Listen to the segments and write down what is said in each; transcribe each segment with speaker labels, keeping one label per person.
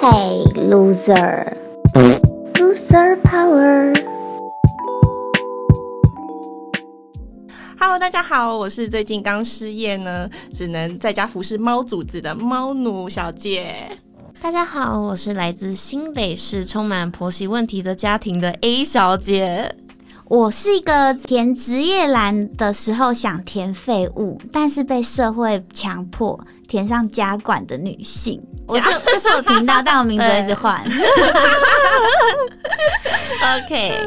Speaker 1: Hey loser, loser power.
Speaker 2: Hello，大家好，我是最近刚失业呢，只能在家服侍猫主子的猫奴小姐。
Speaker 3: 大家好，我是来自新北市充满婆媳问题的家庭的 A 小 姐。
Speaker 1: 我是一个填职业栏的时候想填废物，但是被社会强迫填上家管的女性。我是 这是我频道，但我名字一直 换。
Speaker 3: OK，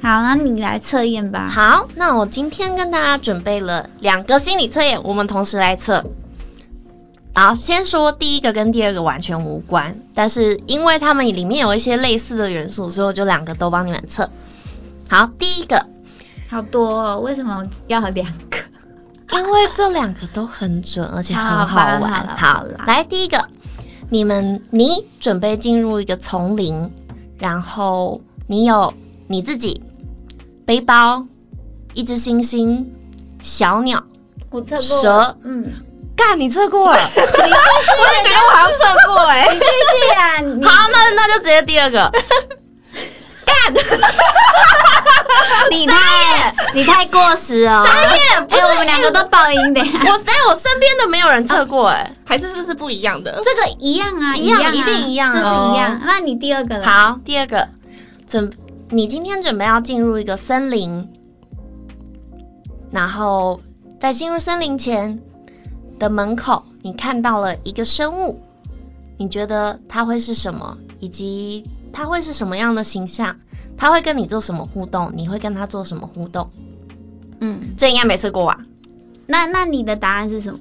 Speaker 1: 好，那你来测验吧。
Speaker 3: 好，那我今天跟大家准备了两个心理测验，我们同时来测。好，先说第一个跟第二个完全无关，但是因为它们里面有一些类似的元素，所以我就两个都帮你们测。好，第 一个，
Speaker 1: 好多哦，为什么要两个？
Speaker 3: 因为这两个都很准，而且很
Speaker 1: 好吧
Speaker 3: 玩。
Speaker 1: 好啦好啦
Speaker 3: 来第一个，你们你准备进入一个丛林，然后你有你自己、背包、一只猩猩、小鸟、
Speaker 1: 我测
Speaker 3: 蛇。
Speaker 1: 嗯，
Speaker 3: 干，你 测过了，你继续，我觉得我好像测过哎、
Speaker 2: 欸
Speaker 1: 继续啊，你
Speaker 3: 好，那那就直接第二个。
Speaker 1: 你太你太过时哦。
Speaker 3: 傻眼不
Speaker 1: 哎，
Speaker 3: 是
Speaker 1: 我们两个都爆音的呀。
Speaker 3: 我但我身边的没有人测过哎、
Speaker 2: 还是这是不一样的。
Speaker 1: 这个一样啊，
Speaker 3: 一样
Speaker 1: 啊
Speaker 3: 一定一样啊
Speaker 1: 这是一样
Speaker 2: 哦。
Speaker 1: 那你第二个了。
Speaker 3: 好，第二个，准你今天准备要进入一个森林，然后在进入森林前的门口，你看到了一个生物，你觉得它会是什么，以及它会是什么样的形象，它会跟你做什么互动，你会跟它做什么互动？
Speaker 1: 嗯，
Speaker 3: 这应该没测过吧？
Speaker 1: 那那你的答案是什么？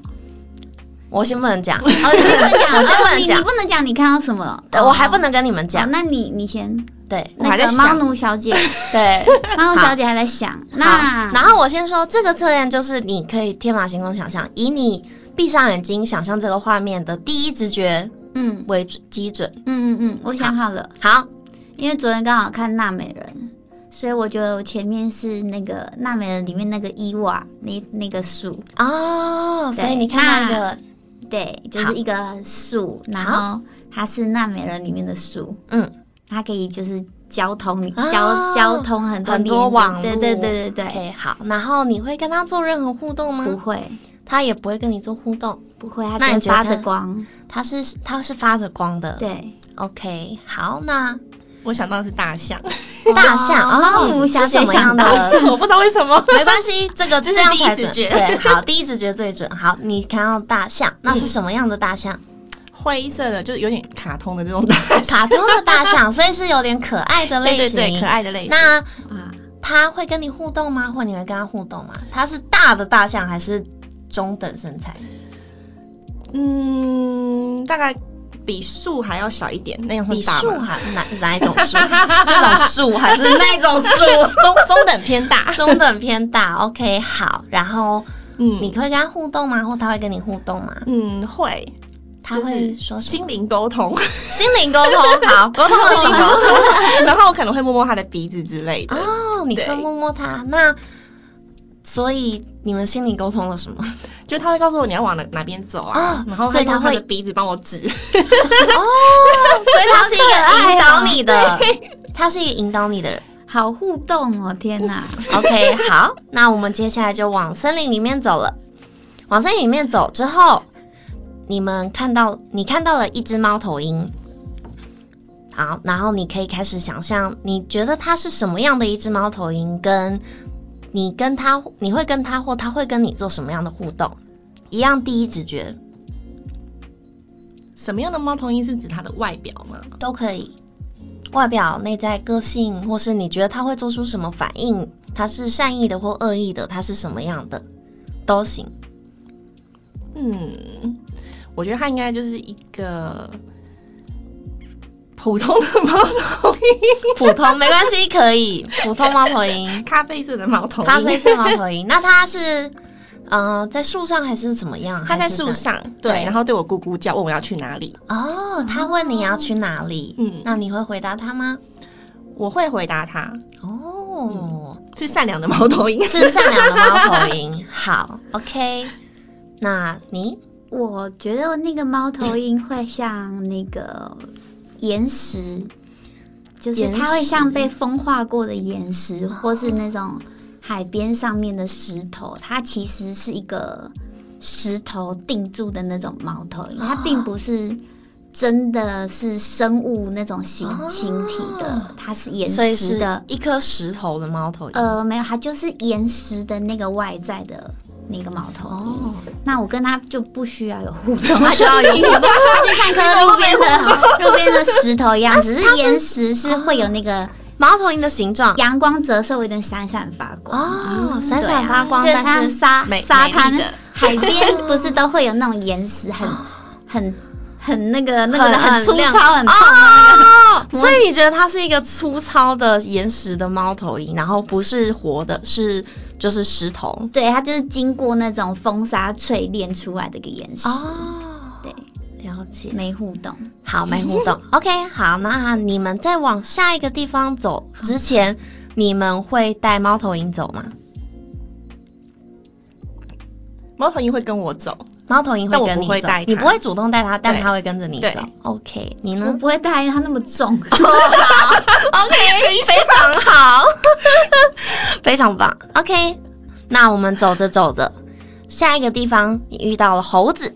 Speaker 3: 我先不能讲，
Speaker 1: 哦，你不能讲，
Speaker 3: 我先不
Speaker 1: 哦你你
Speaker 3: 能讲
Speaker 1: 不，能讲你看到什么？
Speaker 3: 对
Speaker 1: 哦
Speaker 3: 我还不能跟你们
Speaker 1: 哦
Speaker 3: 讲，
Speaker 1: 那你你先，
Speaker 3: 对
Speaker 2: 我还
Speaker 1: 那
Speaker 2: 在
Speaker 1: 个
Speaker 2: 想
Speaker 1: 猫奴小姐，
Speaker 3: 对，
Speaker 1: 猫奴
Speaker 3: 好
Speaker 1: 小姐还在想。
Speaker 3: 好，
Speaker 1: 那
Speaker 3: 然后我先说这个测验就是你可以天马行空想象，以你闭上眼睛想象这个画面的第一直觉
Speaker 1: 嗯
Speaker 3: 为准基准。
Speaker 1: 嗯嗯嗯，我想好了，
Speaker 3: 好，
Speaker 1: 因为昨天刚好看《娜美人》，所以我觉得我前面是那个《娜美人》里面那个伊娃那那个树，
Speaker 3: 哦，
Speaker 1: 对
Speaker 3: 所以你看到一个，
Speaker 1: 对，就是一个树，然后它是《娜美人》里面的树。
Speaker 3: 嗯，
Speaker 1: 它可以就是交通，你
Speaker 3: 哦
Speaker 1: 交、交通很多
Speaker 3: 很多
Speaker 1: 连接
Speaker 3: 网路
Speaker 1: 对对对对对
Speaker 3: OK，好，然后你会跟他做任何互动
Speaker 1: 不
Speaker 3: 吗？
Speaker 1: 会
Speaker 3: 他也不会跟你做互动，
Speaker 1: 不会，它
Speaker 3: 那
Speaker 1: 就是
Speaker 3: 你觉得
Speaker 1: 发着
Speaker 3: 它
Speaker 1: 光，
Speaker 3: 他呃是他是发着光的。
Speaker 1: 对，
Speaker 3: ，OK，好，那
Speaker 2: 我想到的是大 象，
Speaker 3: 大象
Speaker 1: 哦
Speaker 3: 哦，
Speaker 1: 我
Speaker 3: 是
Speaker 1: 小姐
Speaker 3: 什么样
Speaker 1: 想到
Speaker 3: 的？
Speaker 2: 呃我不知道为什 么。
Speaker 3: 没关系，这个
Speaker 2: 这是
Speaker 3: 这样
Speaker 2: 第一
Speaker 3: 才
Speaker 2: 直
Speaker 3: 准。
Speaker 2: 觉
Speaker 3: 对，好，第一直觉最准。好，你看到大象，那是什么样的大象？
Speaker 2: 嗯灰色的，就是有点卡通的那种大象。
Speaker 3: 卡通的大 象，所以是有点可爱的
Speaker 2: 对
Speaker 3: 类
Speaker 2: 对
Speaker 3: 型。
Speaker 2: 对，可爱的类型。
Speaker 3: 那
Speaker 1: 啊，
Speaker 3: 它会跟你互动吗？或你会跟它互动吗？它是大的大象还是中等身材？
Speaker 2: 嗯，大概比树还要小一点，那样
Speaker 3: 你
Speaker 2: 算大
Speaker 3: 树
Speaker 2: 吗？
Speaker 3: 还哪哪一种 树？这种树还是那种树？中中等偏大，中等偏大。OK，好。然后
Speaker 2: 嗯，
Speaker 3: 你会跟它互动吗？或它会跟你互动吗？
Speaker 2: 嗯会，
Speaker 3: 它
Speaker 2: 就是
Speaker 3: 会说什么
Speaker 2: 心灵沟通，哦
Speaker 3: 心灵沟通，好，沟通的 心沟通。
Speaker 2: 然后我可能会摸摸它的鼻子之类的。
Speaker 3: 哦，你
Speaker 2: 对
Speaker 3: 会摸摸它，那所以你们心里沟通了什么？
Speaker 2: 就他会告诉我你要往哪哪边走啊，
Speaker 3: 哦
Speaker 2: 然后
Speaker 3: 所以
Speaker 2: 他
Speaker 3: 他
Speaker 2: 用他
Speaker 3: 会
Speaker 2: 的鼻子帮我 指，
Speaker 3: 哦，所以它是一
Speaker 1: 好可
Speaker 3: 个
Speaker 1: 爱哦
Speaker 3: 引导你 的，
Speaker 2: 呃
Speaker 3: 它是一个引导你的人。
Speaker 1: 好互动哦，天哪，
Speaker 3: OK，好，那我们接下来就往森林里面走了。往森林里面走之后，你们看到你看到了一只猫头鹰。好，然后你可以开始想象，你觉得它是什么样的一只猫头鹰，跟你跟它，你会跟它或它会跟你做什么样的互动？一样第一直觉
Speaker 2: 什么样的猫头鹰是指它的外表吗？
Speaker 3: 都可以，外表、内在、个性，或是你觉得它会做出什么反应，它是善意的或恶意的，它是什么样的，都行。
Speaker 2: 嗯，我觉得它应该就是一个普通的猫头鹰，
Speaker 3: 普通没关系，可以普通猫 头鹰，
Speaker 2: 咖啡色的猫头鹰，
Speaker 3: 咖啡色猫头鹰。那它是嗯、呃在树上还是怎 么样？
Speaker 2: 它在
Speaker 3: 还是
Speaker 2: 树上，对，然后对我咕咕叫，问我要去哪里，
Speaker 3: 哦，它问你要去哪里，
Speaker 2: 嗯
Speaker 3: 那你会回答它吗？
Speaker 2: 我会回答它
Speaker 3: 哦，
Speaker 2: 是善良的猫头鹰，
Speaker 3: 是善良的猫头 鹰。好，OK，那你
Speaker 1: 我觉得那个猫头鹰会像那个岩石，就是
Speaker 3: 岩
Speaker 1: 它会像被
Speaker 3: 石
Speaker 1: 风化过的岩石，或是那种海边上面的石头，它其实是一个石头定住的那种猫头鹰，
Speaker 3: 啊
Speaker 1: 它并不是真的是生物那种形形体的
Speaker 3: 哦，
Speaker 1: 它是岩
Speaker 3: 啊所以
Speaker 1: 石
Speaker 3: 是
Speaker 1: 的。
Speaker 3: 一颗石头的猫头鹰。
Speaker 1: 呃，没有，它就是岩石的那个外在的那个猫头鹰。
Speaker 3: 哦，
Speaker 1: 那我跟他就不需要有互动，他需要有互动，他就像颗路边的路边的石头一样，只是岩石是会有那个
Speaker 3: 猫头鹰的形状。
Speaker 1: 阳光折射，会有点闪闪发光。对
Speaker 3: 哦，
Speaker 1: 啊
Speaker 3: 闪闪发光，
Speaker 1: 就是
Speaker 3: 但
Speaker 1: 它
Speaker 3: 是
Speaker 1: 沙
Speaker 2: 美
Speaker 1: 沙
Speaker 2: 美
Speaker 1: 滩
Speaker 2: 丽的
Speaker 1: 海边不是都会有那种岩石， 很很很那个那个
Speaker 3: 很
Speaker 1: 很粗
Speaker 3: 亮
Speaker 1: 糙很
Speaker 2: 哦
Speaker 1: 痛的那个。
Speaker 3: 哦， 所以你觉得它是一个粗糙的岩石的猫头鹰，然后不是活的，是就是石头。
Speaker 1: 对，它就是经过那种风沙淬炼出来的一个岩石，
Speaker 3: 哦，
Speaker 1: 对，
Speaker 3: 了解。
Speaker 1: 没互动。
Speaker 3: 好，没互动。OK，好，那你们在往下一个地方走之前，你们会带猫头鹰走吗？
Speaker 2: 猫头鹰会跟我走，
Speaker 3: 猫头鹰
Speaker 2: 但
Speaker 3: 会
Speaker 2: 我
Speaker 3: 跟
Speaker 2: 不
Speaker 3: 你
Speaker 2: 会
Speaker 3: 走
Speaker 2: 带，
Speaker 3: 你
Speaker 2: 它
Speaker 3: 不会主动带它，但
Speaker 2: 对
Speaker 3: 它会跟着你
Speaker 2: 对
Speaker 3: 走。OK，你
Speaker 1: 我
Speaker 3: 呢
Speaker 1: 不会带，因为它那么重。
Speaker 3: ？OK，非常好， 非常棒。OK，那我们走着走着，下一个地方你遇到了猴子，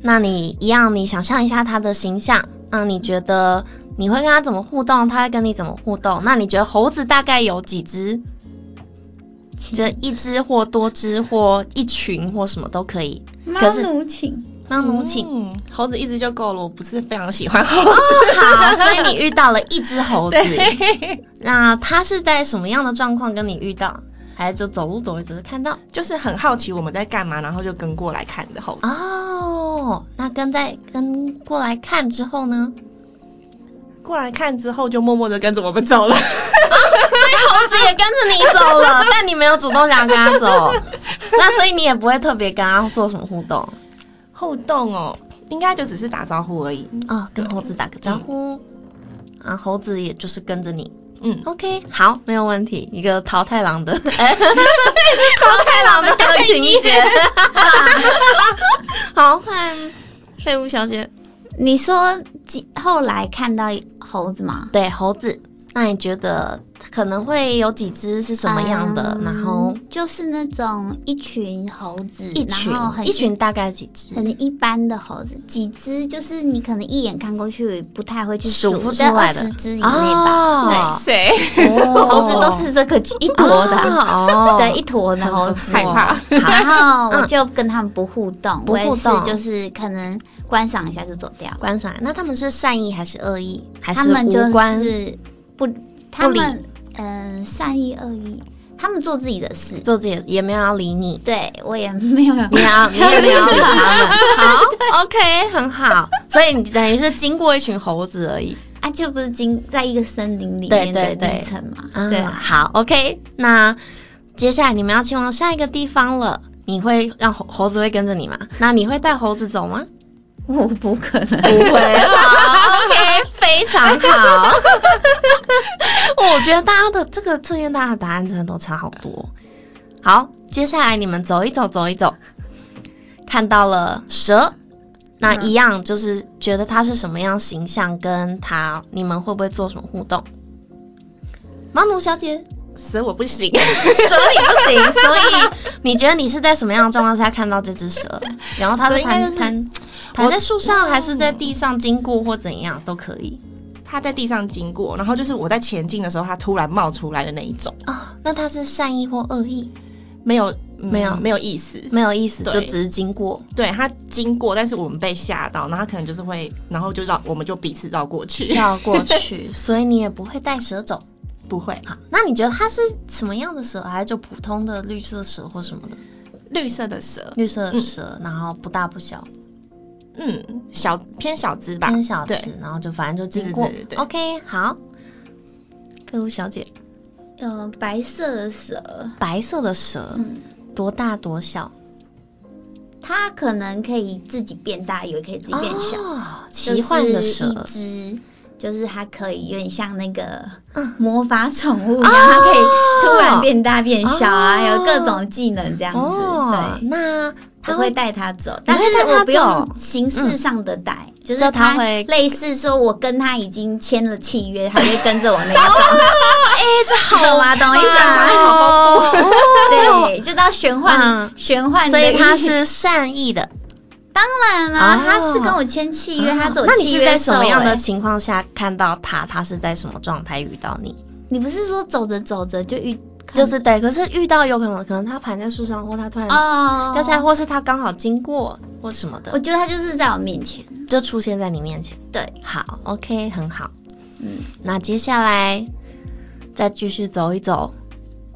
Speaker 3: 那你一样，你想象一下它的形象，那你觉得你会跟它怎么互动？它会跟你怎么互动？那你觉得猴子大概有几只？这一只或多只或一群或什么都可以。
Speaker 1: 猫
Speaker 3: 是
Speaker 1: 奴请。
Speaker 3: 那奴请。
Speaker 2: 嗯，猴子一只就够了，我不是非常 喜欢猴子。
Speaker 3: 好，所以你遇到了一只猴子，那它是在什么样的状况跟你遇到？还是就走路走一走就看到？
Speaker 2: 就是很好奇我们在干嘛，然后就跟过来看的猴子。
Speaker 3: 哦，那跟在跟过来看之后呢？
Speaker 2: 过来看之后，就默默的跟着我们走了。
Speaker 3: 猴子也跟着你走了，但你没有主动想要跟它走，那所以你也不会特别跟它做什么互动
Speaker 2: 互动哦，应该就只是打招呼而已。
Speaker 3: 哦，跟猴子打个招呼，啊，猴子也就是跟着你。
Speaker 2: 嗯，
Speaker 3: OK，好，没有问题，一个桃太郎的， 哎桃太郎的情 节。好，换废物小姐。
Speaker 1: 你说几后来看到猴子吗？
Speaker 3: 对，猴子，那你觉得可能会有几只是什么样的？
Speaker 1: 嗯
Speaker 3: 然后
Speaker 1: 就是那种一群猴子，
Speaker 3: 一群
Speaker 1: 然后很
Speaker 3: 一群大概几只？
Speaker 1: 很一般的猴子，几只就是你可能一眼看过去不太会去
Speaker 3: 数不出
Speaker 1: 但
Speaker 3: 来
Speaker 1: 二
Speaker 3: 的
Speaker 1: 十只以内吧。
Speaker 3: 哦
Speaker 2: 谁？
Speaker 1: 对，猴子都是这个一坨的啊，
Speaker 3: 哦，
Speaker 1: 对，一坨的猴子。
Speaker 2: 害怕
Speaker 1: 然后我
Speaker 3: 嗯
Speaker 1: 就跟他们不互动，
Speaker 3: 不
Speaker 1: 我也
Speaker 3: 互
Speaker 1: 是
Speaker 3: 动
Speaker 1: 就是可能观赏一下就走掉了。
Speaker 3: 观察。那他们是善意还是恶意？还
Speaker 1: 他
Speaker 3: 是
Speaker 1: 们就
Speaker 3: 无关？
Speaker 1: 是不，他们嗯、呃善意恶意，他们做自己的事。
Speaker 3: 做自己的也没有要理你。
Speaker 1: 对我也没 有，啊
Speaker 3: 你要，你也没有要理他 们。好，OK，很好。所以你等于是经过一群猴子而已。
Speaker 1: 啊，就不是经在一个森林里
Speaker 3: 对
Speaker 1: 面
Speaker 3: 对
Speaker 1: 的
Speaker 3: 对
Speaker 1: 历程嘛，
Speaker 3: 啊
Speaker 1: 对啊，
Speaker 3: 好，OK，那接下来你们要前往下一个地方了。你会让猴猴子会跟着你吗？那你会带猴子走吗？
Speaker 1: 我不可能，
Speaker 3: 不 会，好，OK，非常好。 我觉得大家的这个测验，大家的答案真的都差好多。好，接下来你们走一走，走一走，看到了蛇，那一样就是觉得它是什么样形象，跟它你们会不会做什么互动？毛奴小姐，
Speaker 2: 蛇我不 行，
Speaker 3: 蛇你不行，所以你觉得你是在什么样的状况下看到这只蛇？然后它
Speaker 2: 蛇
Speaker 3: 是
Speaker 2: 应该
Speaker 3: 盘
Speaker 2: 就是
Speaker 3: 盘盘在树
Speaker 2: 我
Speaker 3: 上，还是在地上经过或怎样都可以
Speaker 2: 它在地上经过，然后就是我在前进的时候，它突然冒出来的哦那一种，
Speaker 3: 啊、那它是善意或恶意？
Speaker 2: 没有、嗯
Speaker 3: 没有
Speaker 2: 没有意思。
Speaker 3: 没有意思，
Speaker 2: 对
Speaker 3: 就只是经过。
Speaker 2: 对，它经过，但是我们被吓到，然后它可能就是会，然后就绕，我们就彼此绕过去。
Speaker 3: 绕过去，所以你也不会带蛇走。
Speaker 2: 不会，
Speaker 3: 好，那你觉得它是什么样的蛇？还是就普通的绿色蛇或什么的？
Speaker 2: 绿色的蛇，
Speaker 3: 绿色的蛇，然后不大不小，
Speaker 2: 嗯，小偏小只吧，
Speaker 3: 偏小只
Speaker 2: 嗯对，，
Speaker 3: 然后就反正就经过。
Speaker 2: 对对对对
Speaker 3: OK，好。废物小姐，
Speaker 1: 呃，白色的蛇，
Speaker 3: 白色的蛇、
Speaker 1: 嗯，
Speaker 3: 多大多小？
Speaker 1: 它可能可以自己变大，也可以自己变小，
Speaker 3: 哦、
Speaker 1: 啊就
Speaker 3: 奇幻的
Speaker 1: 是
Speaker 3: 蛇
Speaker 1: 一只就是它可以有点像那个
Speaker 3: 嗯
Speaker 1: 魔法宠物一样，它可以突然变大变小啊，
Speaker 3: 哦
Speaker 1: 有各种技能这样子。
Speaker 3: 哦，
Speaker 1: 对，
Speaker 3: 那
Speaker 1: 它
Speaker 3: 它
Speaker 1: 会
Speaker 3: 会
Speaker 1: 带它走，
Speaker 3: 你
Speaker 1: 但
Speaker 3: 会
Speaker 1: 是
Speaker 3: 带它
Speaker 1: 我不用
Speaker 3: 走
Speaker 1: 形式上的带，就是
Speaker 3: 就它
Speaker 1: 它
Speaker 3: 会
Speaker 1: 类似说我跟它已经签了契约，它就会跟着我那 个走。
Speaker 3: 哎，这
Speaker 1: 你懂吗？懂一
Speaker 2: 讲出来好
Speaker 3: 哦，
Speaker 1: 对，就到玄幻
Speaker 3: 嗯
Speaker 1: 玄幻
Speaker 3: 所
Speaker 1: 的意
Speaker 3: 以
Speaker 1: 思，
Speaker 3: 它是善意的。
Speaker 1: 当然啦
Speaker 3: 哦，
Speaker 1: 他是跟我签契约，啊他是我
Speaker 3: 那你
Speaker 1: 契
Speaker 3: 是在
Speaker 1: 约
Speaker 3: 什么样的
Speaker 1: 兽欸？
Speaker 3: 情况下看到他？他是在什么状态遇到你？
Speaker 1: 你不是说走着走着就遇，
Speaker 3: 就是对，可是遇到有可能，可能他盘在树上，或他突然
Speaker 1: 哦，
Speaker 3: 掉下来，或是他刚好经过或什么
Speaker 1: 我
Speaker 3: 的，
Speaker 1: 觉得他就是在我面前，
Speaker 3: 就出现在你面前。
Speaker 1: 对，
Speaker 3: 好，OK，很好。
Speaker 1: 嗯，
Speaker 3: 那接下来再继续走一走，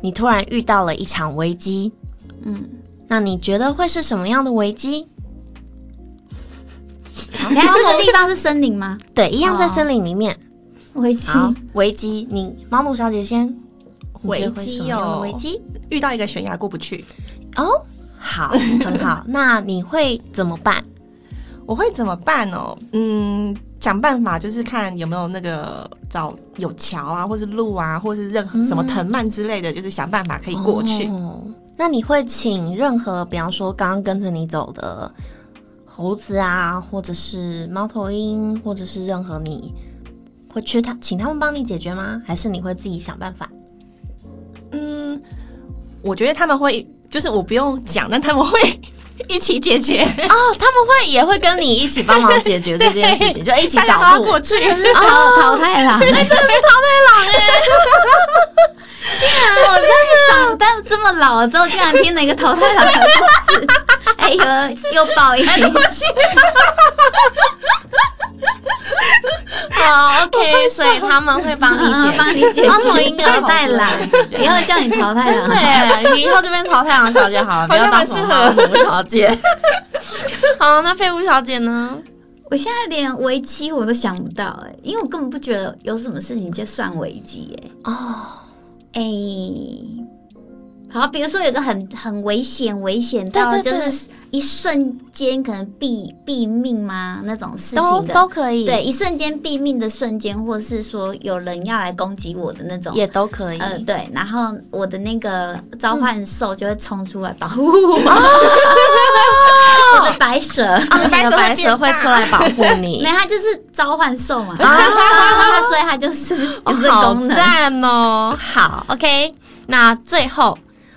Speaker 3: 你突然遇到了一场危机，
Speaker 1: 嗯，
Speaker 3: 那你觉得会是什么样的危机？
Speaker 1: 你 看这个地方是森林吗？
Speaker 3: 对，一
Speaker 2: 啊
Speaker 3: 样在
Speaker 1: 哦
Speaker 3: 森林里面。
Speaker 1: 危机，
Speaker 3: 好，危机，你猫奴小姐先。你觉
Speaker 2: 危
Speaker 3: 得会
Speaker 2: 机
Speaker 3: 什么样的
Speaker 2: 哦
Speaker 3: 危机
Speaker 2: 遇到一个悬崖过不去，
Speaker 3: 哦，好，很 好。那你会怎么办？
Speaker 2: 我会怎么办哦？嗯，想办法就是看有没有那个找有桥啊，或是路啊，或是任何
Speaker 3: 嗯
Speaker 2: 什么藤蔓之类的，就是想办法可以过去。
Speaker 3: 哦那你会请任何，比方说刚刚跟着你走的猴子啊，或者是猫头鹰，或者是任何你会去他请他们帮你解决吗？还是你会自己想办法？
Speaker 2: 嗯，我觉得他们会，就是我不用讲，但他们会一起解决，
Speaker 3: 哦，他们会也会跟你一起 帮忙解决这件 事 情，就一起
Speaker 2: 大家
Speaker 3: 找
Speaker 2: 都要
Speaker 3: 路。哎
Speaker 2: 过 去。
Speaker 1: 淘淘汰了， 那真的是淘汰狼哎！ 竟然哎我在长大这么老了之后，竟然听了一个淘汰狼的故事，哎呦，又报应。
Speaker 3: 好，OK，所以他们会啊帮 你解决，啊
Speaker 1: 帮你解决哦
Speaker 3: 猫头鹰跟
Speaker 1: 淘汰
Speaker 3: 猴子
Speaker 1: 狼
Speaker 3: 帮你解，决
Speaker 1: 以后叫你淘汰狼。
Speaker 3: 对，你以后就变淘汰狼小姐好了，不要当什么猫奴小 姐。好，那废物小姐呢？
Speaker 1: 我现在连危机我都想不到哎、因为我根本不觉得有什么事情就算危机哎、
Speaker 3: 哦，
Speaker 1: 哎、好，比如说有一个很很危险，危险到
Speaker 3: 对
Speaker 1: 就
Speaker 3: 对对
Speaker 1: 是一瞬间可能毙毙命吗那种事
Speaker 3: 都
Speaker 1: 情
Speaker 3: 都
Speaker 1: 的，
Speaker 3: 可以，
Speaker 1: 对，，一瞬间毙命的瞬间，或是说有人要来攻击我的那种，
Speaker 3: 也都可以。
Speaker 1: 呃对，然后我的那个召唤兽就会冲出来保护我， 我的白蛇，
Speaker 3: 啊，那个哦白蛇会出来保护
Speaker 1: 没，
Speaker 3: 你，
Speaker 1: 它就是召唤兽嘛，
Speaker 3: 啊
Speaker 1: 所以 它就是有这个
Speaker 3: 哦好
Speaker 1: 功能。
Speaker 3: 赞 哦！好，OK，那最后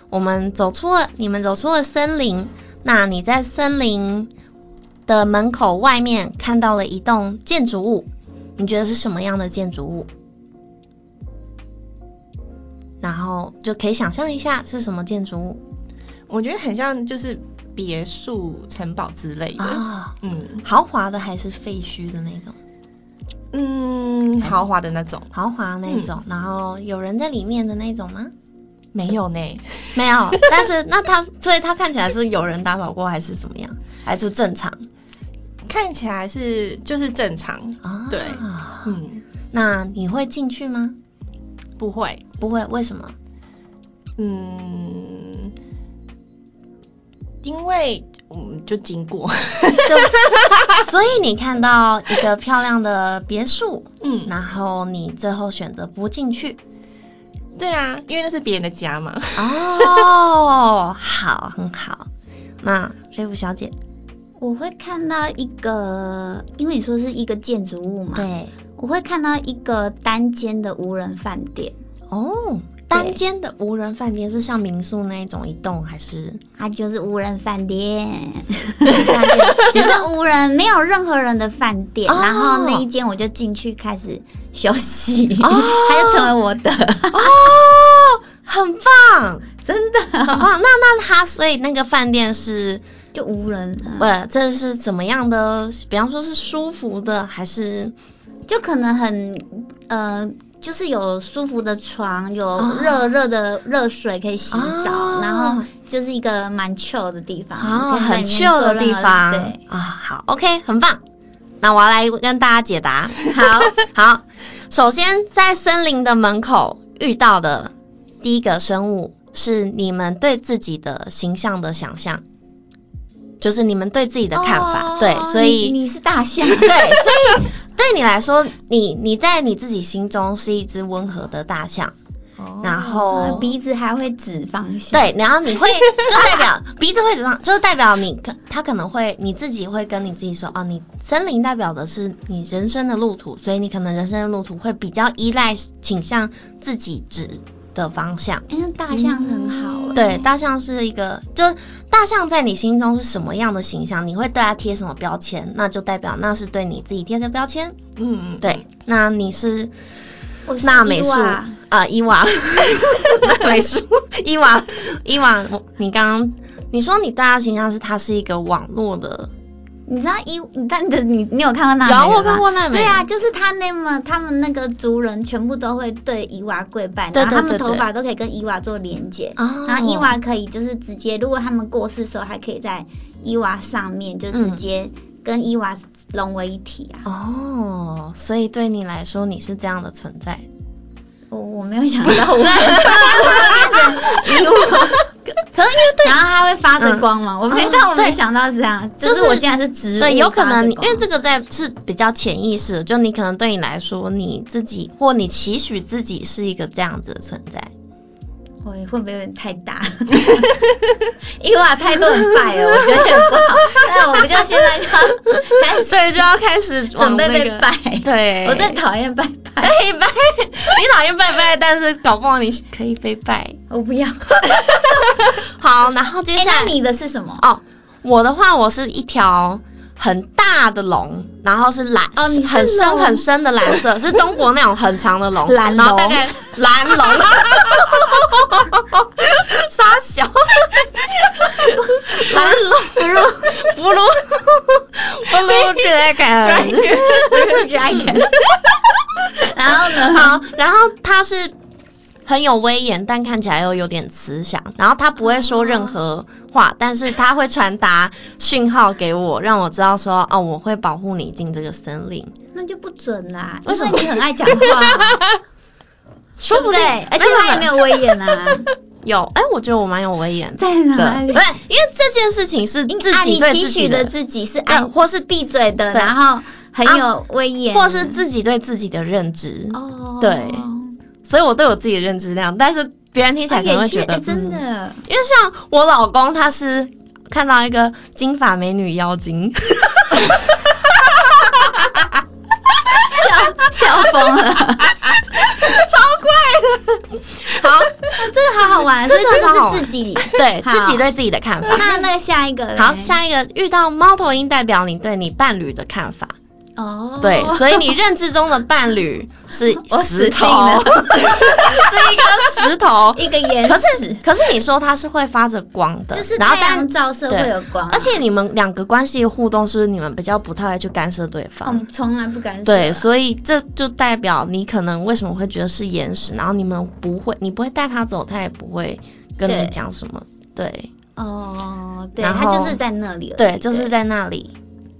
Speaker 3: 我们走出了，你们走出了森林，那你在森林的门口外面看到了一栋建筑物，你觉得是什么样的建筑物？然后就可以想象一下是什么建筑物
Speaker 2: 我觉得很像就是别墅、城堡之类的。
Speaker 3: 啊、
Speaker 2: 嗯
Speaker 3: 豪华的还是废墟的那种？
Speaker 2: 嗯，豪华的那种
Speaker 3: 豪华那种，
Speaker 1: 嗯
Speaker 3: 然后有人在里面的那种吗？
Speaker 2: 没有呢。
Speaker 3: 没有，但是那他，所以他看起来是有人打扫过还是怎么样？还就正常
Speaker 2: 看起来是就是正常，
Speaker 3: 啊？
Speaker 2: 对嗯，
Speaker 3: 那你会进去吗？
Speaker 2: 不会，
Speaker 3: 不会，为什么？
Speaker 2: 嗯，因为嗯就经过，
Speaker 3: 就所以你看到一个漂亮的别墅，
Speaker 2: 嗯，
Speaker 3: 然后你最后选择不进去。
Speaker 2: 对啊，因为那是别人的家嘛。
Speaker 3: 哦，好，很好。那瑞芙小姐，
Speaker 1: 我会看到一个，因为你说是一个建筑物嘛，
Speaker 3: 对，
Speaker 1: 我会看到一个单间的无人饭店，
Speaker 3: 哦，单间的无人饭店是像民宿那一种一栋还是？
Speaker 1: 它就是无人饭店， 就是无人没有任何人的饭店，
Speaker 3: 哦
Speaker 1: 然后那一间我就进去开始休息，
Speaker 3: 哦
Speaker 1: 它就成为我的，
Speaker 3: 哦，很棒，
Speaker 1: 真的
Speaker 3: 很棒。那那他所以那个饭店是
Speaker 1: 就无人啊，
Speaker 3: 呃，这是怎么样的？比方说是舒服的，还是
Speaker 1: 就可能很呃，就是有舒服的床，有
Speaker 3: 哦
Speaker 1: 热热的热水可以洗澡，
Speaker 3: 哦
Speaker 1: 然后就是一个蛮 chill 的地方，
Speaker 3: 啊、
Speaker 1: 可以在
Speaker 3: 很
Speaker 1: 里
Speaker 3: c
Speaker 1: 面做
Speaker 3: 的地
Speaker 1: 任何
Speaker 3: 方
Speaker 1: 对，
Speaker 3: 啊？好，OK，很棒。那我要来跟大家解答。好好，首先在森林的门口遇到的第一个生物是你们对自己的形象的想象，就是你们对自己的看法。
Speaker 2: 哦
Speaker 3: 对，所以
Speaker 1: 你你是大象，
Speaker 3: 对，所以对你来说，你你在你自己心中是一只温和的大象，
Speaker 2: 哦
Speaker 3: 然
Speaker 1: 哦
Speaker 3: 后
Speaker 1: 鼻子还会指方向。
Speaker 3: 对，然后你会就代表鼻子会怎么样？就是代表你可他可能会你自己会跟你自己说，哦，你森林代表的是你人生的路途，所以你可能人生的路途会比较依赖倾向自己指的方向。
Speaker 1: 哎，那大象很好哎、
Speaker 3: 嗯对，大象是一个，就是大象在你心中是什么样的形象，你会对它贴什么标签，那就代表那是对你自己贴的标签。
Speaker 2: 嗯，
Speaker 3: 对，那你是
Speaker 1: 我是
Speaker 3: 那美
Speaker 1: 伊
Speaker 3: 术
Speaker 1: 娃
Speaker 3: 啊、伊 娃，那美术伊娃，伊娃，我你刚刚你说你对他形象是他是一个网络的，
Speaker 1: 你知道伊，你但你的你你有看过娜美
Speaker 3: 有啊
Speaker 1: 人吗
Speaker 3: 我看过娜美
Speaker 1: 对啊，
Speaker 3: 人
Speaker 1: 就是他那么他们那个族人全部都会对伊娃跪拜，
Speaker 3: 对
Speaker 1: 然后他
Speaker 3: 对
Speaker 1: 们
Speaker 3: 对
Speaker 1: 头
Speaker 3: 对
Speaker 1: 发都可以跟伊娃做连接。
Speaker 3: 哦
Speaker 1: 然后伊娃可以就是直接，如果他们过世的时候，还可以在伊娃上面就直接
Speaker 3: 嗯
Speaker 1: 跟伊娃融为一体啊。
Speaker 3: 哦，所以对你来说你是这样的存在，哦
Speaker 1: 我我没有想到我我会变成伊娃，
Speaker 3: 可能因为对
Speaker 1: 然后它会发着光嘛，我没
Speaker 3: 哦
Speaker 1: 但我没
Speaker 3: 对
Speaker 1: 想到是这样，就
Speaker 3: 就是
Speaker 1: 是我竟然是植物
Speaker 3: 对，有可
Speaker 1: 发着
Speaker 3: 能你因
Speaker 1: 光
Speaker 3: 为这个在是比较潜意识的，就你可能对你来说你自己或你期许自己是一个这样子的存 在。
Speaker 1: 我会不会有点太大？ 伊娃太多人拜了，我觉得很不好。那我们就现在就要开始
Speaker 3: 对，就要开始
Speaker 1: 准备被拜。
Speaker 3: 对， 哎
Speaker 1: 我最讨厌拜拜，
Speaker 3: 以拜， 你讨厌拜拜，但是搞不好你可以被拜。
Speaker 1: 我不 要。
Speaker 3: 好，然后接
Speaker 1: 哎
Speaker 3: 下来、
Speaker 1: 那你的是什么？
Speaker 3: 哦，我的话我是一条很大的龙，然后是蓝，
Speaker 1: 哦你是
Speaker 3: 很深
Speaker 1: 龙
Speaker 3: 很深的 蓝色，是中国那种很长的龙，
Speaker 1: 蓝
Speaker 3: 然后大
Speaker 1: 龙
Speaker 3: 概蓝龙， 傻 小，蓝龙不如不如不 如 dragon。
Speaker 1: dragon。然后呢？
Speaker 3: 好，然后他是很有威严，但看起来又有点慈祥。然后他不会说任何话，但是他会传达讯号给我，让我知道说，哦，我会保护你进这个森林。
Speaker 1: 那就不准啦，
Speaker 3: 为
Speaker 1: 因
Speaker 3: 什
Speaker 1: 为
Speaker 3: 么
Speaker 1: 你很爱讲话，
Speaker 3: 说
Speaker 1: 不
Speaker 3: 定，
Speaker 1: 对？而且
Speaker 3: 他
Speaker 1: 他也没有威严啊，
Speaker 3: 有，哎，我觉得我蛮有威严的。
Speaker 1: 在哪里
Speaker 3: 对，？因为这件事情是自
Speaker 1: 按
Speaker 3: 己
Speaker 1: 你
Speaker 3: 对
Speaker 1: 期
Speaker 3: 自己
Speaker 1: 许
Speaker 3: 的
Speaker 1: 的，自己是啊
Speaker 3: 对
Speaker 1: 按
Speaker 3: 或是
Speaker 1: 闭嘴的，
Speaker 3: 对
Speaker 1: 然后很有威严，
Speaker 3: 或是自己对自己的认知。
Speaker 1: 哦
Speaker 3: 对所以我对我自己的认知那样，但是别人听起来可能会觉得，
Speaker 1: 哎真的
Speaker 3: 嗯。因为像我老公他是看到一个金发美女妖精，
Speaker 1: 笑疯了，
Speaker 3: 好，
Speaker 1: 这个好好玩，所以
Speaker 3: 这
Speaker 1: 这
Speaker 3: 个好好
Speaker 1: 就
Speaker 3: 玩
Speaker 1: 是自己
Speaker 3: 对
Speaker 1: 好
Speaker 3: 自己对自己的看法。
Speaker 1: 那那下一个嘞
Speaker 3: 好，下一个遇到猫头鹰代表你对你伴侣的看法，
Speaker 1: 哦，
Speaker 3: 对，所以你认知中的伴侣是
Speaker 1: 我死
Speaker 3: 石
Speaker 1: 定
Speaker 3: 头
Speaker 1: 了，
Speaker 3: 是一颗石头。
Speaker 1: 一个岩
Speaker 3: 可是
Speaker 1: 石，
Speaker 3: 可是你说它是会发着光的，
Speaker 1: 就是
Speaker 3: 然后
Speaker 1: 太
Speaker 3: 但
Speaker 1: 阳照射
Speaker 3: 对
Speaker 1: 会有光啊，
Speaker 3: 而且你们两个关系的互动是不是你们比较不太会去干涉对
Speaker 1: 我
Speaker 3: 方？
Speaker 1: 们哦从来不敢说啊
Speaker 3: 对，所以这就代表你可能为什么会觉得是岩石，然后你们不会，你不会带他走，他也不会跟
Speaker 1: 对
Speaker 3: 你讲什么。对
Speaker 1: 哦，对，
Speaker 3: 然
Speaker 1: 它
Speaker 3: 后
Speaker 1: 就是在那里而已，
Speaker 3: 对，就是。在那里。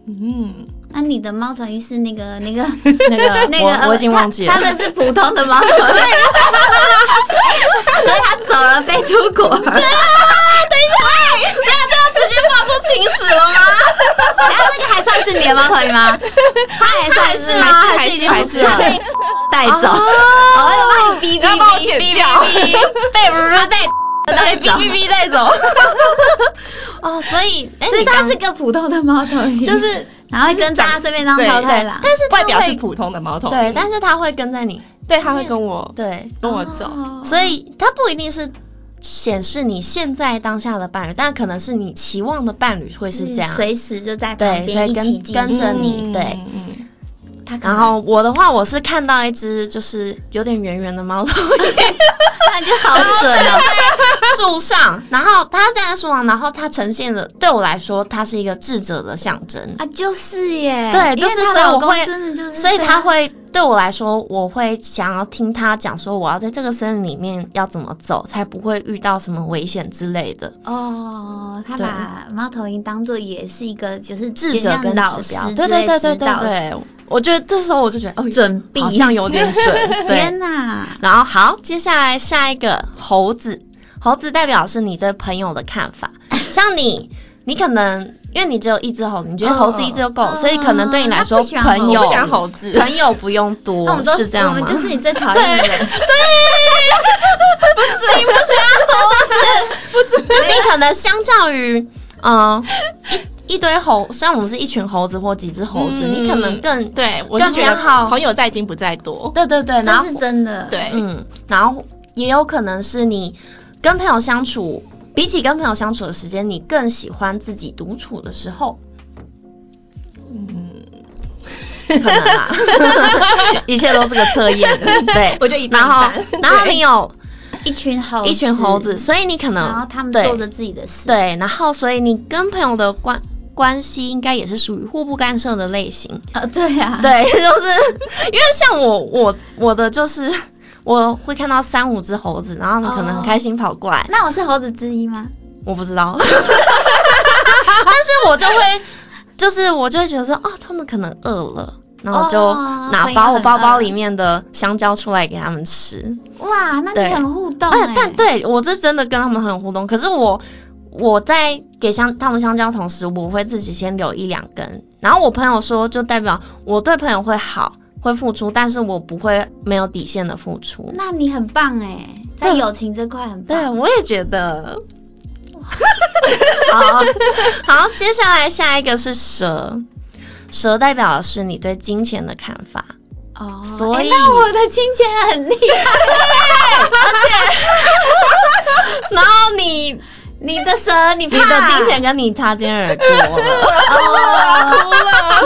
Speaker 2: 嗯，
Speaker 1: 那你的猫头鹰是那个那个
Speaker 3: 那个
Speaker 1: 那
Speaker 3: 我
Speaker 1: 个，呃
Speaker 3: 我已经忘记了
Speaker 1: 它它的是普通的猫头 鹰，啊所以它走了飞出国。
Speaker 3: 直接发出情史了 吗？
Speaker 1: 然后这个还算是你的猫头鹰 吗？它还算
Speaker 3: 还是
Speaker 1: 吗？
Speaker 3: 吗
Speaker 1: 还
Speaker 3: 还
Speaker 1: 已
Speaker 3: 是
Speaker 1: 经
Speaker 3: 还
Speaker 1: 不
Speaker 3: 是
Speaker 1: 它 被带走。
Speaker 3: 哦
Speaker 1: 哦，要帮你逼逼
Speaker 2: 要帮我
Speaker 1: 逼
Speaker 2: 剪
Speaker 1: 逼
Speaker 2: 掉
Speaker 1: 逼，被不是带带走。
Speaker 3: 哔哔带 走。哦，所以哎，
Speaker 1: 所以
Speaker 3: 你
Speaker 1: 它
Speaker 3: 刚
Speaker 1: 是个普通的猫头鹰，
Speaker 2: 就是
Speaker 1: 然后跟大家顺便当
Speaker 2: 对
Speaker 1: 淘汰
Speaker 2: 对
Speaker 1: 啦。
Speaker 3: 但是他
Speaker 2: 外表是
Speaker 3: 会
Speaker 2: 普通的毛头，
Speaker 3: 对，但是他会跟在你
Speaker 2: 对，他会跟我
Speaker 3: 对，哦
Speaker 2: 跟我走，
Speaker 3: 所以他不一定是显示你现在当下的伴侣，但可能是你期望的伴侣会是这样。
Speaker 1: 嗯随时就在旁
Speaker 3: 对，
Speaker 1: 边
Speaker 3: 会
Speaker 1: 一起
Speaker 3: 跟
Speaker 1: 进
Speaker 3: 跟着
Speaker 1: 行
Speaker 3: 你，对，
Speaker 2: 嗯，
Speaker 1: 它可能
Speaker 3: 然后我的话，我是看到一只就是有点圆圆的猫头鹰，
Speaker 1: 那就好
Speaker 3: 准
Speaker 1: 准
Speaker 3: 啊
Speaker 1: 哦。！
Speaker 3: 嗯在树上，然后它站在树上，然后它呈现了对我来说，它是一个智者的象征。
Speaker 1: 啊，就是耶，
Speaker 3: 对，就是
Speaker 1: 因为
Speaker 3: 所
Speaker 1: 她
Speaker 3: 以
Speaker 1: 老
Speaker 3: 我
Speaker 1: 公
Speaker 3: 会，
Speaker 1: 真的就是，
Speaker 3: 所以他，会对我来说，我会想要听他讲说，我要在这个森林里面要怎么走，才不会遇到什么危险之类的。
Speaker 1: 哦，他
Speaker 3: 对
Speaker 1: 把猫头鹰当做也是一个就是
Speaker 3: 智者跟
Speaker 1: 老
Speaker 3: 指
Speaker 1: 师
Speaker 3: 标，
Speaker 1: 之
Speaker 3: 对对
Speaker 1: 类
Speaker 3: 对对
Speaker 1: 指
Speaker 3: 对
Speaker 1: 导
Speaker 3: 对，我觉得这时候我就觉得哦，
Speaker 1: 准备
Speaker 3: 好像有点 准，对
Speaker 1: 天。哪，
Speaker 3: 然后好，接下 来下一个猴子，猴子代表是你对朋友的看法，像你。你可能因为你只有一只猴子，你觉得猴子一只就够，
Speaker 1: 嗯
Speaker 3: 所以可能对你来说
Speaker 1: 他不喜欢
Speaker 3: 朋
Speaker 1: 猴子
Speaker 3: 友
Speaker 1: 我
Speaker 2: 不喜欢猴子
Speaker 3: 朋友不用多，
Speaker 1: 那我们都
Speaker 3: 是这样
Speaker 1: 我们
Speaker 3: 吗？
Speaker 1: 就是 你最讨厌的人。
Speaker 3: 你不喜欢猴子，不就你可能相较于，嗯、一一堆猴，虽然我们是一群猴子或几只猴子，
Speaker 1: 嗯
Speaker 3: 你可能更
Speaker 2: 对，我是
Speaker 3: 更
Speaker 2: 觉
Speaker 3: 偏
Speaker 2: 得
Speaker 3: 好，
Speaker 2: 朋友在精不在多。
Speaker 3: 对对对，然
Speaker 1: 这
Speaker 3: 后
Speaker 1: 是真的。
Speaker 2: 对，
Speaker 3: 嗯，然后也有可能是你跟朋友相处，比起跟朋友相处的时间，你更喜欢自己独处的时候，
Speaker 2: 嗯，
Speaker 3: 可能啦，一切都是个测验，对，
Speaker 2: 我就一半
Speaker 3: 然
Speaker 2: 一
Speaker 3: 后
Speaker 2: 半
Speaker 3: 然后你有
Speaker 1: 一群猴子，
Speaker 3: 一群猴子，，所以你可能
Speaker 1: 然后他们
Speaker 3: 对
Speaker 1: 做着自己的事。，
Speaker 3: 对，然后所以你跟朋友的关关系应该也是属于互不干涉的类型。
Speaker 1: 呃，对呀、啊，，
Speaker 3: 对，就是因为像我我我的就是我会看到三五只猴子，然后他们可能很开心跑过来，
Speaker 1: 那我是猴子之一吗？
Speaker 3: 我不 知道，但是我就会就是我就会觉得说哦，他们可能饿了。然后我就
Speaker 1: 哦
Speaker 3: 拿
Speaker 1: 朋友
Speaker 3: 把我
Speaker 1: 很
Speaker 3: 包包
Speaker 1: 饿
Speaker 3: 里面的香蕉出来给他们吃，
Speaker 1: 哇，那
Speaker 3: 对
Speaker 1: 你很互动、
Speaker 3: 哎
Speaker 1: 欸。
Speaker 3: 但，对我这真的跟他们很有互动，可是我我在给香他们香蕉的同时，我会自己先留一两根。然后我朋友说，就代表我对朋友会好，会付出，但是我不会没有底线的付出。
Speaker 1: 那你很棒哎、在
Speaker 3: 对
Speaker 1: 友情这块很
Speaker 3: 对，
Speaker 1: 棒。
Speaker 3: 我也觉得。 好，好，接下来下一个是蛇，蛇代表的是你对金钱的看法。
Speaker 1: 哦，
Speaker 3: 所以
Speaker 1: 哎那我的金钱很厉害，
Speaker 3: 然后你你
Speaker 1: 你的蛇，你怕
Speaker 3: 的金钱跟你擦肩而过了。
Speaker 1: 哦，
Speaker 2: 哭了，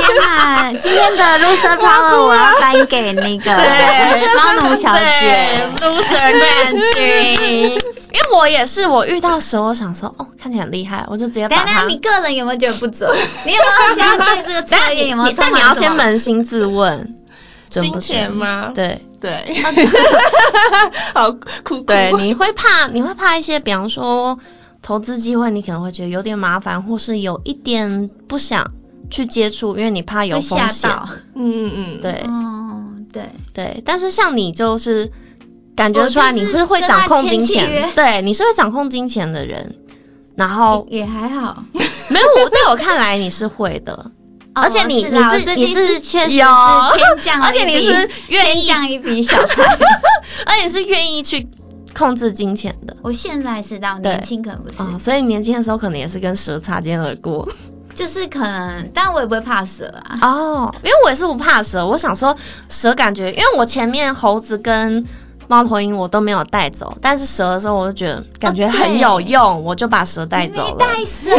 Speaker 1: 天哪！今天的 loser power 我要颁给那个
Speaker 3: 对，
Speaker 1: 猫奴小姐。
Speaker 3: ，loser 冠军。因为我也是，我遇到蛇，我想说，哦，看起来很厉害，我就直接把
Speaker 1: 等
Speaker 3: 它。
Speaker 1: 等，你个人有没有觉得不准？你有没有现在对 这个
Speaker 3: 等一下
Speaker 1: 测验
Speaker 3: 你
Speaker 1: 有没有
Speaker 3: 你但
Speaker 1: 充满
Speaker 3: 你要
Speaker 1: 什
Speaker 3: 先
Speaker 1: 么
Speaker 3: 扪心自问，准不
Speaker 2: 金
Speaker 3: 准
Speaker 2: 钱？吗？
Speaker 3: 对
Speaker 2: 对， 好哭哭。
Speaker 3: 啊 对，你会怕，你会怕一些，比方说投资机会，你可能会觉得有点麻烦，或是有一点不想去接触，因为你怕有
Speaker 1: 会
Speaker 3: 风
Speaker 1: 吓
Speaker 3: 险。
Speaker 1: 到？
Speaker 2: 嗯嗯，
Speaker 3: 对
Speaker 1: 哦，对，
Speaker 3: 对，但是像你就是感觉
Speaker 1: 我
Speaker 3: 出来
Speaker 1: 就
Speaker 3: 你
Speaker 1: 是
Speaker 3: 是会
Speaker 1: 跟
Speaker 3: 掌
Speaker 1: 他
Speaker 3: 控
Speaker 1: 签
Speaker 3: 金
Speaker 1: 契
Speaker 3: 钱
Speaker 1: 约，
Speaker 3: 对，你是会掌控金钱的人。然后
Speaker 1: 也也还好。
Speaker 3: 没有，我在我看来你是会的，
Speaker 1: 哦
Speaker 3: 而且你
Speaker 1: 是
Speaker 3: 你
Speaker 1: 啦我
Speaker 3: 是
Speaker 1: 最
Speaker 3: 你
Speaker 1: 近是确实是
Speaker 3: 有
Speaker 1: 天降了
Speaker 3: 而且你
Speaker 1: 一笔
Speaker 3: 是愿
Speaker 1: 天
Speaker 3: 意，
Speaker 1: 降一笔小财。
Speaker 3: 而且是愿意去控制金钱的。
Speaker 1: 我现在是到
Speaker 3: 对
Speaker 1: 年轻可能不是，
Speaker 3: 嗯，所以年轻的时候可能也是跟蛇擦肩而过
Speaker 1: 就是可能，但我也不会怕蛇啊。
Speaker 3: 哦， 因为我也是不怕蛇，我想说蛇感觉，因为我前面猴子跟猫头鹰我都没有带走，但是蛇的时候我就觉得感觉很有用，我就把蛇带走
Speaker 1: 没
Speaker 3: 了。
Speaker 1: 带蛇。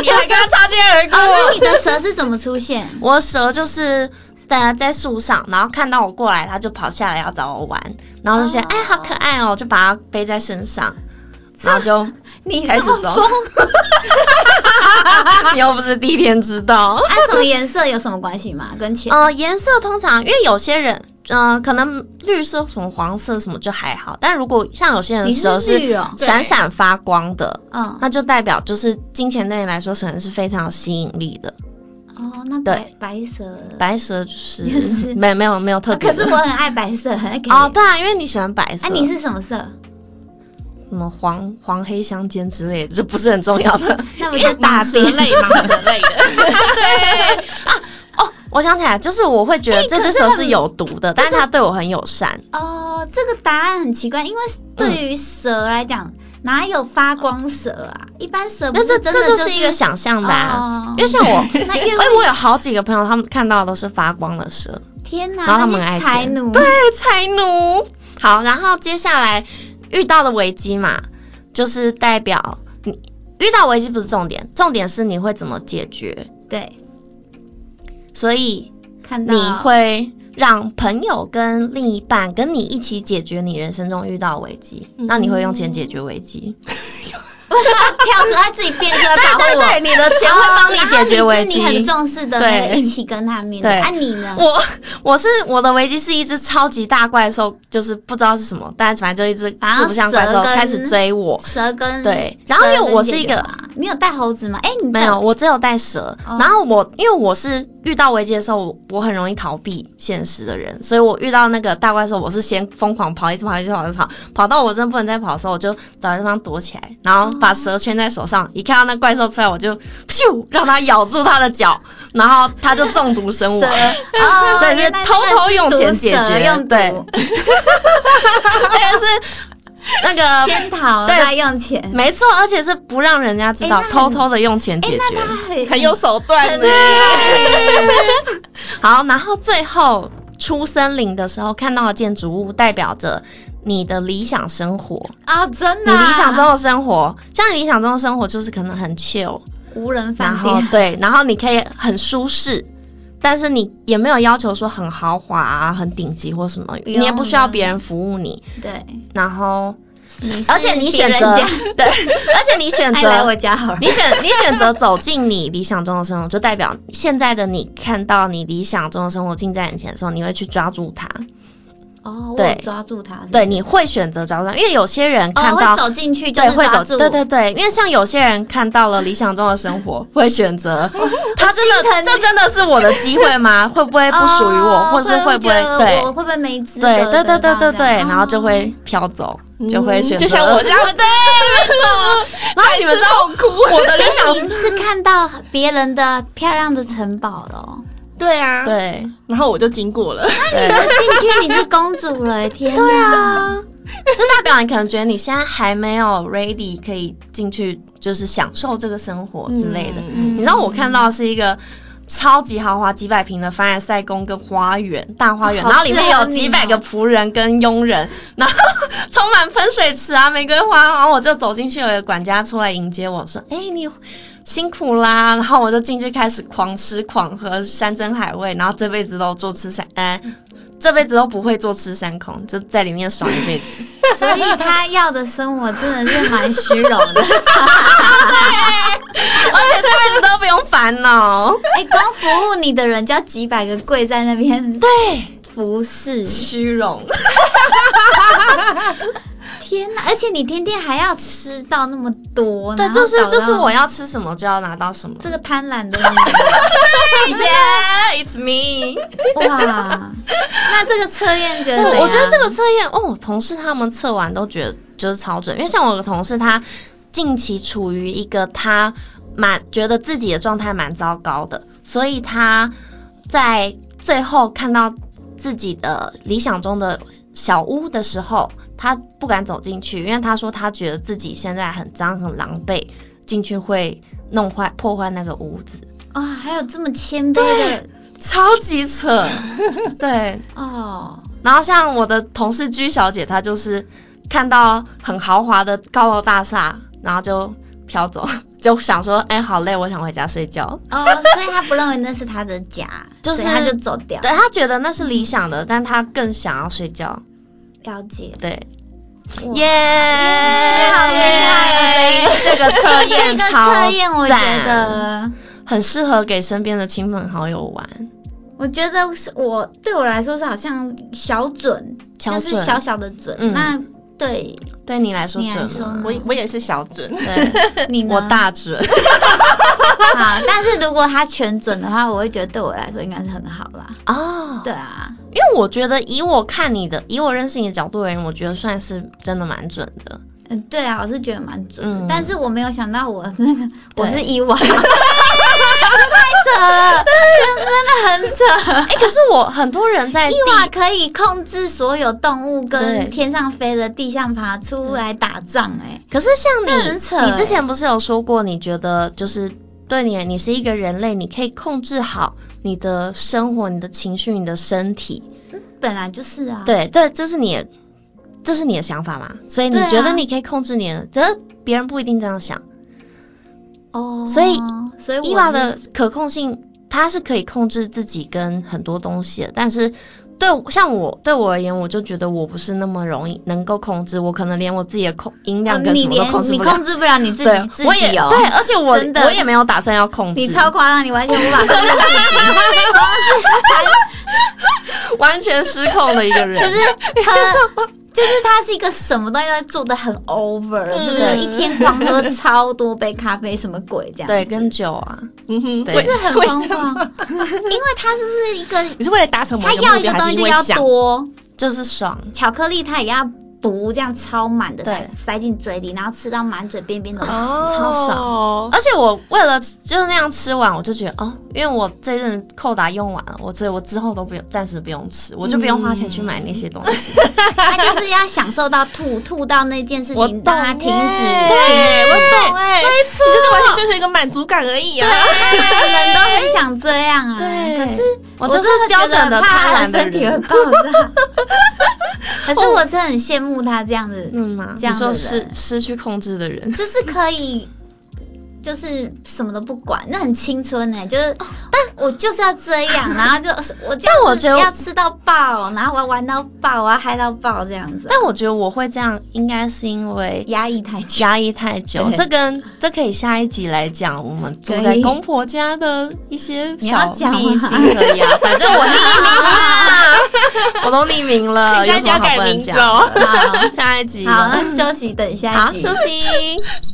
Speaker 3: 你还 跟他擦肩而
Speaker 1: 哦，那你的蛇是怎么出现？
Speaker 3: 我蛇就是在在树上，然后看到我过来，它就跑下来要找我玩，然后就觉得、
Speaker 1: 哦
Speaker 3: 哎好可爱哦，就把它背在身上，然后 就
Speaker 1: 你
Speaker 3: 开始
Speaker 1: 这么
Speaker 3: 走
Speaker 1: 疯。啊
Speaker 3: 你又不是第一天知道。
Speaker 1: 啊，什么颜色有什么关系吗？跟钱？
Speaker 3: 呃，颜色通常因为有些人，呃，可能绿色、什么黄色什么就还好，但如果像有些人
Speaker 1: 你
Speaker 3: 蛇
Speaker 1: 是绿
Speaker 3: 是
Speaker 1: 哦，
Speaker 3: 闪闪发光的，
Speaker 1: 嗯，
Speaker 3: 那就代表就是金钱对你来说可能是非常有吸引力的。
Speaker 1: 哦，那白白蛇，
Speaker 3: 白蛇就
Speaker 1: 也
Speaker 3: 是
Speaker 1: 是
Speaker 3: 没有没有没有特
Speaker 1: 啊
Speaker 3: 别
Speaker 1: 可
Speaker 3: 的。
Speaker 1: 是我很爱白色， 很爱给
Speaker 3: 哦，对啊，因为你喜欢白色，
Speaker 1: 哎，你是什么色？
Speaker 3: 什么黄黄黑相间之类的，就不是很重要的。
Speaker 1: 那不就大
Speaker 2: 蟒蛇
Speaker 1: 便？
Speaker 2: 类，蟒蛇类的，
Speaker 3: 对啊，哦， 我想起来，就是我会
Speaker 1: 哎
Speaker 3: 觉得这只蛇是有毒的，但是它对我很友善。
Speaker 1: 哦，这个答案很奇怪，因为对于蛇来讲，哪有发光蛇啊？一般蛇不
Speaker 3: 那这
Speaker 1: 真
Speaker 3: 这
Speaker 1: 的
Speaker 3: 就是是一个想象的啊
Speaker 1: 哦，
Speaker 3: 因为像 我，
Speaker 1: 那因
Speaker 3: 哎，我有好几个朋友，他们看到的都是发光的蛇，
Speaker 1: 天哪，
Speaker 3: 然后他们
Speaker 1: 那
Speaker 3: 很爱
Speaker 1: 些
Speaker 3: 钱
Speaker 1: 财奴，
Speaker 3: 对，财奴。好，然后接下来遇到的危机嘛，就是代表你遇到危机不是重点，重点是你会怎么解决。
Speaker 1: 对，
Speaker 3: 所以
Speaker 1: 看到
Speaker 3: 你会让朋友跟另一半跟你一起解决你人生中遇到的危机，那你会用钱解决危机？
Speaker 1: 不是他跳出他自己变就来保护我，
Speaker 3: 嗯对对对你的钱会帮你解决危机
Speaker 1: 哦然后你是你很重视的那个
Speaker 3: 对
Speaker 1: 一起跟他面对，
Speaker 3: 对
Speaker 1: 啊你呢？
Speaker 3: 我我是我的危机是一只超级大怪兽，就是不知道是什么，但反正就一只
Speaker 1: 反正
Speaker 3: 四不像怪兽
Speaker 1: 蛇跟
Speaker 3: 开始追我。
Speaker 1: 蛇跟
Speaker 3: 对，然后因为我是
Speaker 1: 蛇跟姐
Speaker 3: 一
Speaker 1: 姐
Speaker 3: 个
Speaker 1: 嘛你有带猴子吗？哎、你
Speaker 3: 没
Speaker 1: 带
Speaker 3: 有，我只有带蛇。
Speaker 1: 哦
Speaker 3: 然后我因为我是遇到危机的时候，我我很容易逃避现实的人，所以我遇到那个大怪兽，我是先疯狂跑，一直跑，一直跑，一直跑，跑到我真的不能再跑的时候，我就找地方躲起来，然后把蛇圈在手上，一看到那怪兽出来，我就咻让它咬住它 的脚，然后它就中毒身亡。
Speaker 1: 哦，
Speaker 3: 所以是
Speaker 1: 原来那个
Speaker 3: 偷偷用钱解
Speaker 1: 毒蛇
Speaker 3: 决
Speaker 1: 用
Speaker 3: 对
Speaker 1: 毒，
Speaker 3: 这个是那 个
Speaker 1: 先逃
Speaker 3: 对
Speaker 1: 再用钱。
Speaker 3: 没错，而且是不让人家知道，
Speaker 1: 诶那
Speaker 3: 偷
Speaker 1: 很
Speaker 3: 偷的用钱
Speaker 1: 哎、
Speaker 3: 解
Speaker 1: 那
Speaker 3: 决。
Speaker 1: 他很
Speaker 2: 很有手段呢。
Speaker 3: 好，然后最后出森林的时候看到的建筑物，代表着你的理想生活，
Speaker 1: 啊、真
Speaker 3: 你
Speaker 1: 的啊、
Speaker 3: 理想中的生活。像理想中的生活就是可能很 chill，
Speaker 1: 无人
Speaker 3: 然
Speaker 1: 饭
Speaker 3: 后
Speaker 1: 店，
Speaker 3: 对，然后你可以很舒适。但是你也没有要求说很豪华啊、很顶级或什么，
Speaker 1: 不
Speaker 3: 你
Speaker 1: 用
Speaker 3: 也不需要
Speaker 1: 不用
Speaker 3: 别人服务你。
Speaker 1: 对，
Speaker 3: 然后，
Speaker 1: 啊你是
Speaker 3: 而且
Speaker 1: 别
Speaker 3: 你选
Speaker 1: 人
Speaker 3: 择
Speaker 1: 家
Speaker 3: 对，而且你选
Speaker 1: 哎来
Speaker 3: 择
Speaker 1: 我家好了。
Speaker 3: 你选你选择走进你理想中的生活，就代表现在的你看到你理想中的生活近在眼前的时候，你会去抓住它。
Speaker 1: 哦，我
Speaker 3: 对
Speaker 1: 有抓住他是不是，
Speaker 3: 对，你会选择抓住它，因为有些人看
Speaker 1: 哦
Speaker 3: 到、
Speaker 1: 会走进去就
Speaker 3: 对
Speaker 1: 是
Speaker 3: 会
Speaker 1: 抓
Speaker 3: 走，
Speaker 1: 住，
Speaker 3: 对对对，因为像有些人看到了理想中的生活，会选择他真的这真的是我的机会吗？会不会不属于我，
Speaker 1: 哦
Speaker 3: 或是会不
Speaker 1: 觉
Speaker 3: 会
Speaker 1: 得
Speaker 3: 对
Speaker 1: 我会不会没资格
Speaker 3: 对对对对对
Speaker 1: 得到
Speaker 3: 对，
Speaker 1: 这样
Speaker 3: 然后就
Speaker 1: 哦
Speaker 3: 会飘走，就会选
Speaker 2: 嗯
Speaker 3: 择
Speaker 2: 就像我这 样，对，
Speaker 3: 然后你们知道
Speaker 2: 痛哭。
Speaker 3: 我的理想
Speaker 1: 你
Speaker 3: 是
Speaker 1: 是看到别人的漂亮的城堡了哦，
Speaker 2: 对啊，，
Speaker 3: 对
Speaker 2: 然后我就经过了。
Speaker 3: 对。
Speaker 1: 进去你是公主了，天哪！对啊，
Speaker 3: 就代表你可能觉得你现在还没有 ready 可以进去，就是享受这个生活之类的。
Speaker 2: 嗯
Speaker 3: 你知道我看到的是一个超级豪华几百平的凡尔赛宫跟花园大花园，
Speaker 1: 好
Speaker 3: 然后里面
Speaker 1: 适合
Speaker 3: 有
Speaker 1: 你
Speaker 3: 几百个
Speaker 1: 哦
Speaker 3: 仆人跟佣人， 然后充满喷水池啊、玫瑰花，然后我就走进去，有一个管家出来迎接我说：“哎、你。”辛苦啦，然后我就进去开始狂吃狂喝山珍海味，然后这辈子都做吃山，哎、这辈子都不会做吃山空，就在里面爽一辈子。
Speaker 1: 所以他要的生活真的是蛮虚荣的。
Speaker 3: 啊而且这辈子都不用烦恼。
Speaker 1: 哎、光服务你的人就要几百个跪在那边
Speaker 3: 对，
Speaker 1: 服侍，
Speaker 3: 虚荣。
Speaker 1: 天哪！而且你天天还要吃到那么多，
Speaker 3: 对，
Speaker 1: 然后
Speaker 3: 就是
Speaker 1: 搞到
Speaker 3: 就是我要吃什么就要拿到什么。
Speaker 1: 这个贪婪的你。
Speaker 3: Yeah，it's me。
Speaker 1: 哇，那这个测验觉得怎
Speaker 3: 我我觉得
Speaker 1: 样
Speaker 3: 这个测验，哦，我同事他们测完都觉得就是超准，因为像我有个同事，他近期处于一个他蛮觉得自己的状态蛮糟糕的，所以他在最后看到自己的理想中的小屋的时候，他不敢走进去，因为他说他觉得自己现在很脏很狼狈，进去会弄坏破坏那个屋子，
Speaker 1: 哇、还有这么谦卑的
Speaker 3: 超级扯， 对，
Speaker 1: 哦，
Speaker 3: 然后像我的同事居小姐，她就是看到很豪华的高楼大厦，然后就飘走， 就想说，哎，好累，我想回家睡觉。
Speaker 1: 哦，所以他不认为那是他的家，
Speaker 3: 就是
Speaker 1: 所以他就走掉。
Speaker 3: 对她觉得那是理想的，但她更想要睡觉。
Speaker 1: 了解。
Speaker 3: 对，
Speaker 1: 哇
Speaker 3: 嗯耶，
Speaker 1: 好厉害哦
Speaker 3: 这个测
Speaker 1: 这
Speaker 3: 验
Speaker 1: 个
Speaker 3: 超
Speaker 1: 测验我觉
Speaker 3: 赞
Speaker 1: 得，
Speaker 3: 很适合给身边的亲朋好友玩。
Speaker 1: 我觉得是我对我来说是好像小准，
Speaker 3: 小
Speaker 1: 就
Speaker 3: 准
Speaker 1: 是小小的准。
Speaker 3: 嗯
Speaker 1: 那对
Speaker 3: 对你来说
Speaker 1: 你来
Speaker 3: 准
Speaker 1: 说
Speaker 3: 吗
Speaker 1: 呢？
Speaker 2: 我我也是小准，
Speaker 3: 对，
Speaker 1: 你呢
Speaker 3: 我 大准。
Speaker 1: 好，但是如果他全准的话，我会觉得对我来说应该是很好啦。
Speaker 3: 哦，
Speaker 1: 对啊，
Speaker 3: 因为我觉得以我看你的，以我认识你的角度而言，我觉得算是真的蛮准的。
Speaker 1: 嗯，对啊，我是觉得蛮准的，
Speaker 3: 嗯
Speaker 1: 但是我没有想到我那个我
Speaker 3: 对
Speaker 1: 是伊 娃，这太扯了，这真的很扯。
Speaker 3: 哎、可是我很多人 在哎地
Speaker 1: 伊娃可以控制所有动物
Speaker 3: 对
Speaker 1: 跟天上飞的、地上爬出来打仗、哎、
Speaker 3: 可是像
Speaker 1: 那很扯
Speaker 3: 你，你之前不是有说过，你觉得就是对你，你是一个人类，你可以控制好你的生活、你的情绪、你的身体。
Speaker 1: 本来就是啊。，
Speaker 3: 嗯对对，这是你的，这是你的想法嘛？所以你
Speaker 1: 对啊
Speaker 3: 觉得你可以控制你的，只是别人不一定这样想。
Speaker 1: 哦，
Speaker 3: 所以
Speaker 1: 所以我
Speaker 3: 伊娃
Speaker 1: 是
Speaker 3: 的可控性，它是可以控制自己跟很多东西的，但是。对，像我对我而言，我就觉得我不是那么容易能够控制，我可能连我自己的控音量
Speaker 1: 哦
Speaker 3: 跟
Speaker 1: 你
Speaker 3: 什么都
Speaker 1: 连
Speaker 3: 控制
Speaker 1: 你
Speaker 3: 不了。
Speaker 1: 控制不了你自
Speaker 3: 对
Speaker 1: 己，自
Speaker 3: 我也
Speaker 1: 己哦，
Speaker 3: 对，而且我
Speaker 1: 真的
Speaker 3: 我也没有打算要控制，
Speaker 1: 你超夸张，你完全无法控 制自己，
Speaker 3: 完全失控的一个人。
Speaker 1: 就是喝就是它是一个什么东西都做的很 over，对不对？一天狂喝超多杯咖啡，什么鬼这样？
Speaker 3: 对，跟酒啊，
Speaker 2: 嗯哼，
Speaker 3: 对
Speaker 1: 就
Speaker 2: 为
Speaker 1: 是很
Speaker 2: 为
Speaker 1: 疯
Speaker 2: 什
Speaker 1: 狂
Speaker 2: 么，
Speaker 1: 因为它就是一个，
Speaker 2: 你是为了达成某
Speaker 1: 它
Speaker 2: 个
Speaker 1: 要
Speaker 2: 目
Speaker 1: 一个
Speaker 2: 标，
Speaker 1: 东
Speaker 2: 还
Speaker 1: 西
Speaker 2: 是因
Speaker 1: 就
Speaker 2: 为
Speaker 1: 要
Speaker 2: 想？
Speaker 1: 多，
Speaker 3: 就是爽。
Speaker 1: 巧克力它也要补，这样超满的才
Speaker 3: 对
Speaker 1: 塞进嘴里，然后吃到满嘴边边都是。
Speaker 2: 哦
Speaker 3: 超
Speaker 1: 哦
Speaker 2: 爽
Speaker 3: 而且我为了就是那样吃完，我就觉得哦，因为我这阵扣打用完了，我所以我之后都不用，暂时不用吃，我就不用花钱去买那些东西。
Speaker 1: 他就是要享受到吐，吐到那件事
Speaker 2: 我
Speaker 1: 情让它停止，停
Speaker 2: 对，我懂哎，
Speaker 3: 没错
Speaker 2: 你就是完全追求一个满足感而已啊。
Speaker 1: 对，人都很想这样啊。
Speaker 3: 对
Speaker 1: 可是
Speaker 3: 我嗯就是
Speaker 1: 真
Speaker 3: 标
Speaker 1: 觉得
Speaker 3: 准的
Speaker 1: 很怕
Speaker 3: 贪
Speaker 1: 他
Speaker 3: 婪的
Speaker 1: 身体会
Speaker 3: 人 哦
Speaker 1: 爆炸。可是我是很羡慕他这样子，
Speaker 3: 嗯嘛，
Speaker 1: 这
Speaker 3: 你
Speaker 1: 样的
Speaker 3: 说
Speaker 1: 人
Speaker 3: 失失去控制的人，
Speaker 1: 就是可以，就是什么都不管，那很青春呢、就是，但我就是要这样，然后 就是我这样
Speaker 3: 哦但我
Speaker 1: 子
Speaker 3: 觉得
Speaker 1: 要吃到爆，然后我要玩到爆，我要嗨到爆这样子啊。
Speaker 3: 但我觉得我会这样，应该是因为
Speaker 1: 压抑太久，
Speaker 3: 压抑太久。
Speaker 1: 对
Speaker 3: 这跟这可以下一集来讲，我们住
Speaker 1: 可以
Speaker 3: 在公婆家的一些
Speaker 1: 你要
Speaker 3: 小
Speaker 1: 讲吗
Speaker 3: 秘辛可 以啊。反正我匿名了，我都匿名了，
Speaker 2: 你现
Speaker 3: 有
Speaker 2: 在就
Speaker 3: 什
Speaker 2: 要
Speaker 3: 么好
Speaker 2: 改
Speaker 3: 不能
Speaker 2: 名字
Speaker 3: 讲
Speaker 2: 哦
Speaker 3: 的？下一集
Speaker 1: 哦好，
Speaker 3: 了
Speaker 1: 那休息，等一下
Speaker 3: 好
Speaker 1: 一集
Speaker 3: 休息。